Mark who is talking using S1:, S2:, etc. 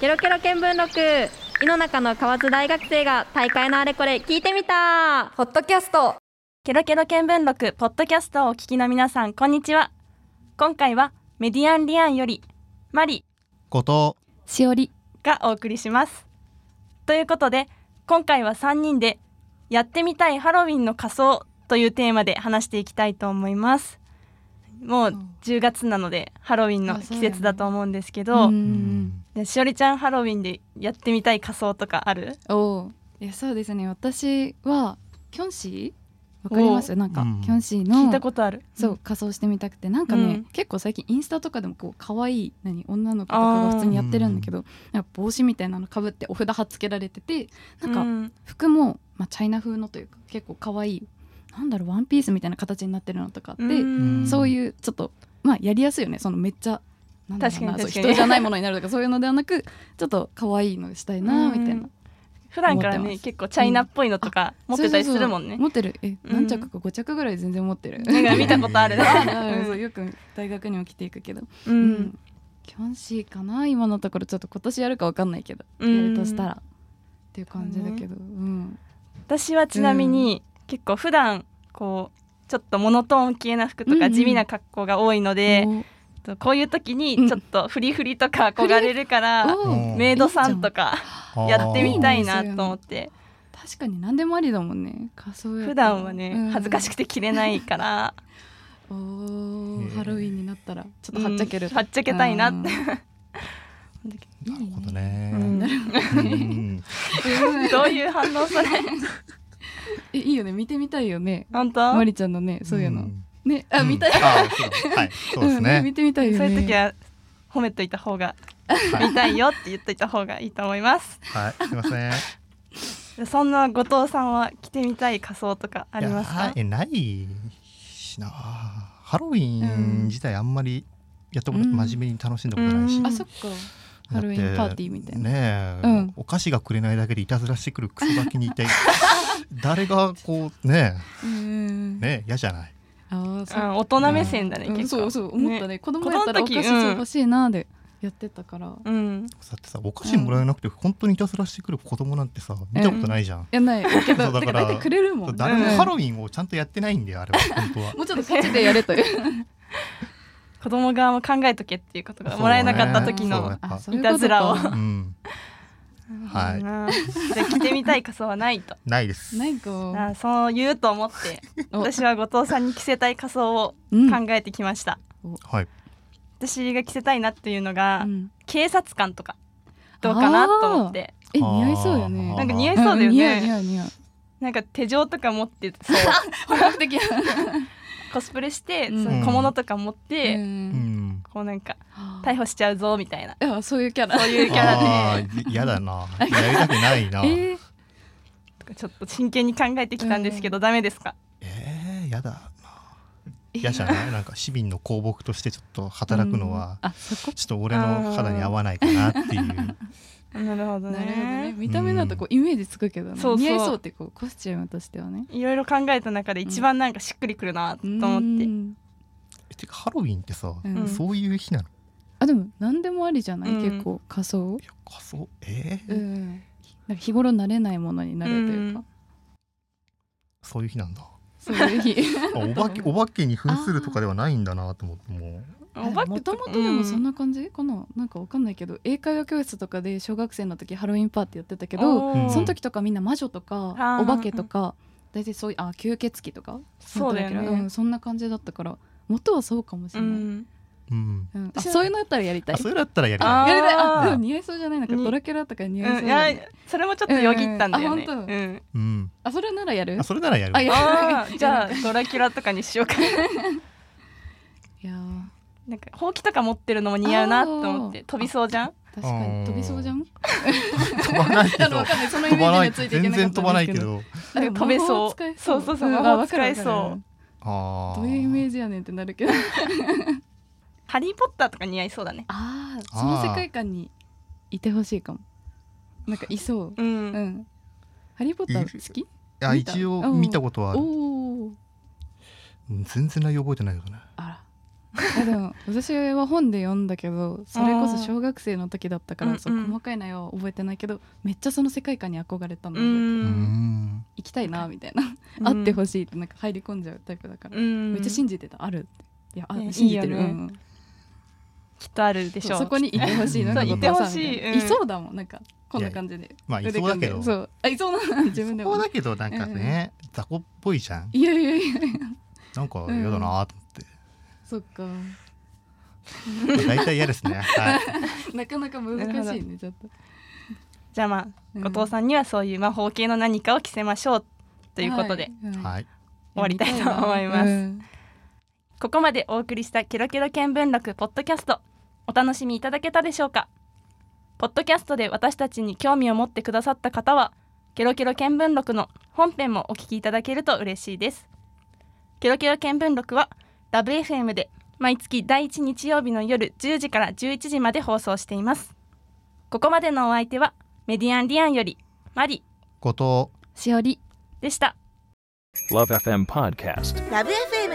S1: ケロケロ見聞録井の中の河津大学生が大会のあれこれ聞いてみた
S2: ポッドキャスト
S3: ケロケロ見聞録ポッドキャストをお聞きの皆さんこんにちは今回はメディアンリアンよりマリ
S4: 後藤
S5: しおり
S3: がお送りしますということで今回は3人でやってみたいハロウィンの仮装というテーマで話していきたいと思いますもう10月なのでハロウィンの季節だと思うんですけど、
S5: ん
S3: でしおりちゃんハロウィンでやってみたい仮装とかある
S5: おいやそうですね私はキョンシーわかりますなんか、
S4: うん
S5: キョンシーの
S3: 聞いたことある
S5: そう仮装してみたくてなんかね、
S3: うん
S5: 結構最近インスタとかでもこう可愛い何女の子とかが普通にやってるんだけどなんか帽子みたいなのかぶってお札はっつけられててなんか
S3: うん
S5: 服も、まあ、チャイナ風のというか結構可愛いなんだろうワンピースみたいな形になってるのとかあって、
S3: うん
S5: そういうちょっとまあやりやすいよねそのめっちゃなんだろうな
S3: 確かに確かに
S5: そう人じゃないものになるとかそういうのではなくちょっと可愛いのしたいなみたいな、
S3: 普段から
S5: 思って
S3: ね
S5: ます
S3: 結構チャイナっぽいのとか持ってたりするもんね
S5: そうそうそう持ってるえ
S3: うん
S5: 何着か5着ぐらい全然持ってる、
S3: なんか見たことある
S5: あそうよく大学にも着ていくけど
S3: う
S5: うんんキョンシーかな今のところちょっと今年やるかわかんないけど、
S3: うん
S5: やるとしたらっていう感じだけど、うん、
S3: 私はちなみに結構普段こうちょっとモノトーン系な服と
S5: うんう
S3: か
S5: ん
S3: 地味な格好が多いので、
S5: お
S3: とこういう時にちょっとフリフリとか憧れるから、
S5: お
S4: うん
S3: メイドさんとか
S4: あー
S3: やってみたいなと思って
S5: 確かに何でもありだもんね仮装やったら
S3: 普段はね、恥ずかしくて着れない から
S5: おー
S4: へー
S5: ハロウィンになったらちょっとはっちゃける、
S3: うんはっちゃけたいなって
S5: うんいいね
S4: ことね、
S3: うん
S4: うん
S5: うん
S3: どういう反応 それ
S5: えいいよね見てみたいよね
S3: 本当、
S5: マリちゃんのねそういうの、
S4: ん
S5: ねあ見たい、
S4: うんあーそうだはいそうです
S5: ん
S4: ね
S5: 見てみたいよ
S3: そ
S5: ね
S3: ういう時は褒めといた方が
S4: はい
S3: 見たいよって言っといた方がいいと思います
S4: はいすいませ ん
S3: そんな後藤さんは着てみたい仮装とかあります
S4: いや
S3: か
S4: えないしなハロウィ
S5: うん
S4: ン自体あんまりやったこと、
S5: うん
S4: 真面目に楽しんだことないし、
S3: うん
S5: あそっかハロウィンパーティーみたいな、
S4: ねえ、
S5: うん
S4: お菓子がくれないだけでいたずらしてくるクソガキにい て誰がこうね
S5: うんうん
S4: えねえ嫌じゃない
S5: ああそっ
S3: う
S5: か
S3: ん、大人目線だね、
S5: うん
S3: 結構
S5: そうそう思ったね子供
S3: 子
S5: やっ
S3: 供
S5: た
S3: の
S5: らお
S3: 時
S5: 菓子そう欲しいなでやってたから、い
S3: うん
S4: だってさお菓子もらえなくて本当にいたずらしてくる子供なんてさ見たことないじゃん、
S5: やない けど
S4: そうだ
S5: て
S4: か
S5: から大体くれるもん
S4: 誰も
S3: うん
S4: ハロウィンをちゃんとやってないんだよあれ は本当は
S5: もうちょっとこっちでやれと いう
S3: 子供側も考えとけっていうことがもらえなかった時
S4: そう
S3: の、
S4: ね
S5: あそういう
S3: い
S5: こ
S3: た
S5: とか
S3: ずらを
S4: うんはい
S3: い、じゃあ着てみたい仮装はないと
S4: ないです
S5: ないか
S3: あそう言うと思って
S5: お
S3: 私は後藤さんに着せたい仮装を
S5: うん
S3: 考えてきました、
S4: はい
S3: 私が着せたいなっていうのが、
S5: うん
S3: 警察官とかどうかなと思って
S5: え似合いそうよね
S4: あー
S3: なんか似合いそうだよ
S5: ん似合う似
S3: ね、
S5: 合う似合う
S3: なんか手錠とか持ってそう
S5: 本格的や
S3: コスプレして、
S5: うん
S3: そういう小物とか持って、
S5: うん
S4: ん
S3: こうなんか
S5: は
S3: 逮捕しちゃうぞみたいな
S5: あいやそういうキャラ
S3: そういうキャラ
S4: あーいやだなやりたくないなえ
S5: えー
S3: とかちょっと真剣に考えてきたんですけど、ダメですか
S4: ー、やだな嫌じゃないなんか市民の公僕としてちょっと働くのは、
S5: あそこ
S4: ちょっと俺の肌に合わないかなってい
S3: な
S4: う
S3: るほど
S5: なるほどね見た目だとこうイメージつくけどね
S3: そうそう
S5: 似合いそうってこうコスチュームとしてはね
S3: いろいろ考えた中で一番なんかしっくりくるなと思って、
S5: うん
S4: えてかハロウィンってさ、
S5: うん
S3: ん
S4: そういう日なの
S5: あでも何でもありじゃない
S3: うん
S5: 結構仮装
S4: いや仮装えー
S5: うんなんか日頃慣れないものになるというか、
S4: そういう日なんだ
S5: そういう 日
S4: あお化けお化けに扮するとかではないんだなと思っても
S3: お化け
S5: も
S3: と
S5: とも
S3: か
S5: とでもそんな感じかななんかわかんないけど英会話教室とかで小学生の時ハロウィンパーティーやってたけど
S3: お
S4: う
S3: ー
S4: ん
S5: その時とかみんな魔女とか
S3: ー
S5: お化けとか大体そういうあ吸血鬼とか
S3: そうだよね
S5: なんとなくんそんな感じだったから元はそうかもし
S3: う
S5: れない、うん
S3: ん
S4: う、うん、
S5: あそういうのやったらやりたい
S4: あ
S5: や
S4: それだったらやり
S3: あ
S4: た
S3: ー
S4: い
S5: りたいあ
S4: あー
S5: でも似合いそうじゃないなんか
S3: に、
S5: ドラキュラとか似合いそううんじ
S3: い
S5: ゃな
S3: や
S5: い、
S3: それもちょっとよぎったんだよね、
S5: うんうんあ本当
S3: うん
S4: うん
S5: あそれならやる
S4: あそれならやる
S5: あや
S3: あーじゃあドラキュラとかにしようか
S5: いやー
S3: なんかほうきとか持ってるのも似合うなと思って
S5: あー
S3: 飛びそうじゃん
S5: 確かに飛びそうじゃん
S4: 飛ばないけ
S5: あの
S4: ど
S5: わかんないそのイ
S4: 飛
S5: メ
S4: ば
S5: ー
S4: な
S5: ジ
S4: い
S5: がついてい
S4: 全然
S5: けなかったんです
S4: 飛ばないけど
S5: あでも
S3: 飛べそう
S5: 魔法使え
S3: そうそうそうん魔法
S5: あわかるわかる
S3: 使えそう
S4: あー
S5: どういうイメージやねんってなる けど
S3: ハリー・ポッターとか似合いそうだね
S5: ああその世界観にいてほしいかもなんかいそ
S3: う、
S5: ううんんハリーポッター好き
S4: あ
S5: 見た
S4: 一応見たことはある
S5: おお
S4: うん全然内容覚えてないけどね
S5: あいやでも私は本で読んだけ どそれこ
S3: あ
S5: そ
S3: ー
S5: 小学生の時だったからそう
S3: うんうん
S5: 細かい内容は覚えてないけどめっちゃその世界観に憧れたの
S3: う
S5: で、
S4: うんん
S5: 行きたいなみたいな、あってほしいってなんか入り込んじゃうタイプだから、
S3: うん
S5: めっちゃ信じてたあるっていやあ
S3: ね
S5: 信じてる
S3: いいよね
S5: うんうん
S3: きっとあるでし
S5: そ
S3: ょ
S5: う
S3: う
S5: そこにいてほしい
S4: そう
S5: なんか
S4: い
S5: 後
S4: て
S5: 藤
S3: ほ
S5: さん
S3: しい
S5: みた
S3: うん
S5: いそうだもんなんかこんな感じで
S4: まあい
S5: 腕
S4: そうだ
S5: 組ん
S4: け
S5: で
S4: ど
S5: そ
S4: そう
S5: あいそうな自分でも
S4: うだけどなんかね、雑魚っぽいじゃん
S5: いやいやいや
S4: なんか嫌だなと思って、
S5: そっか
S4: 大体嫌ですねはい
S5: なかなか難しいねちょっと
S3: じゃあまあ、
S5: うん
S3: 後藤さんにはそういう魔法系の何かを着せましょうということで、
S5: は はい
S4: はい
S3: 終わりたいと思います
S5: うん
S3: ここまでお送りしたケロケロ見聞録ポッドキャストお楽しみいただけたでしょうかポッドキャストで私たちに興味を持ってくださった方はケロケロ見聞録の本編もお聞きいただけると嬉しいですケロケロ見聞録はラブ f m で毎月第1日曜日の夜10時から11時まで放送していますここまでのお相手はメディアンリアンよりマリ
S4: 後藤
S5: しおり
S3: でした
S2: Love FM Podcast.
S6: ラブ f m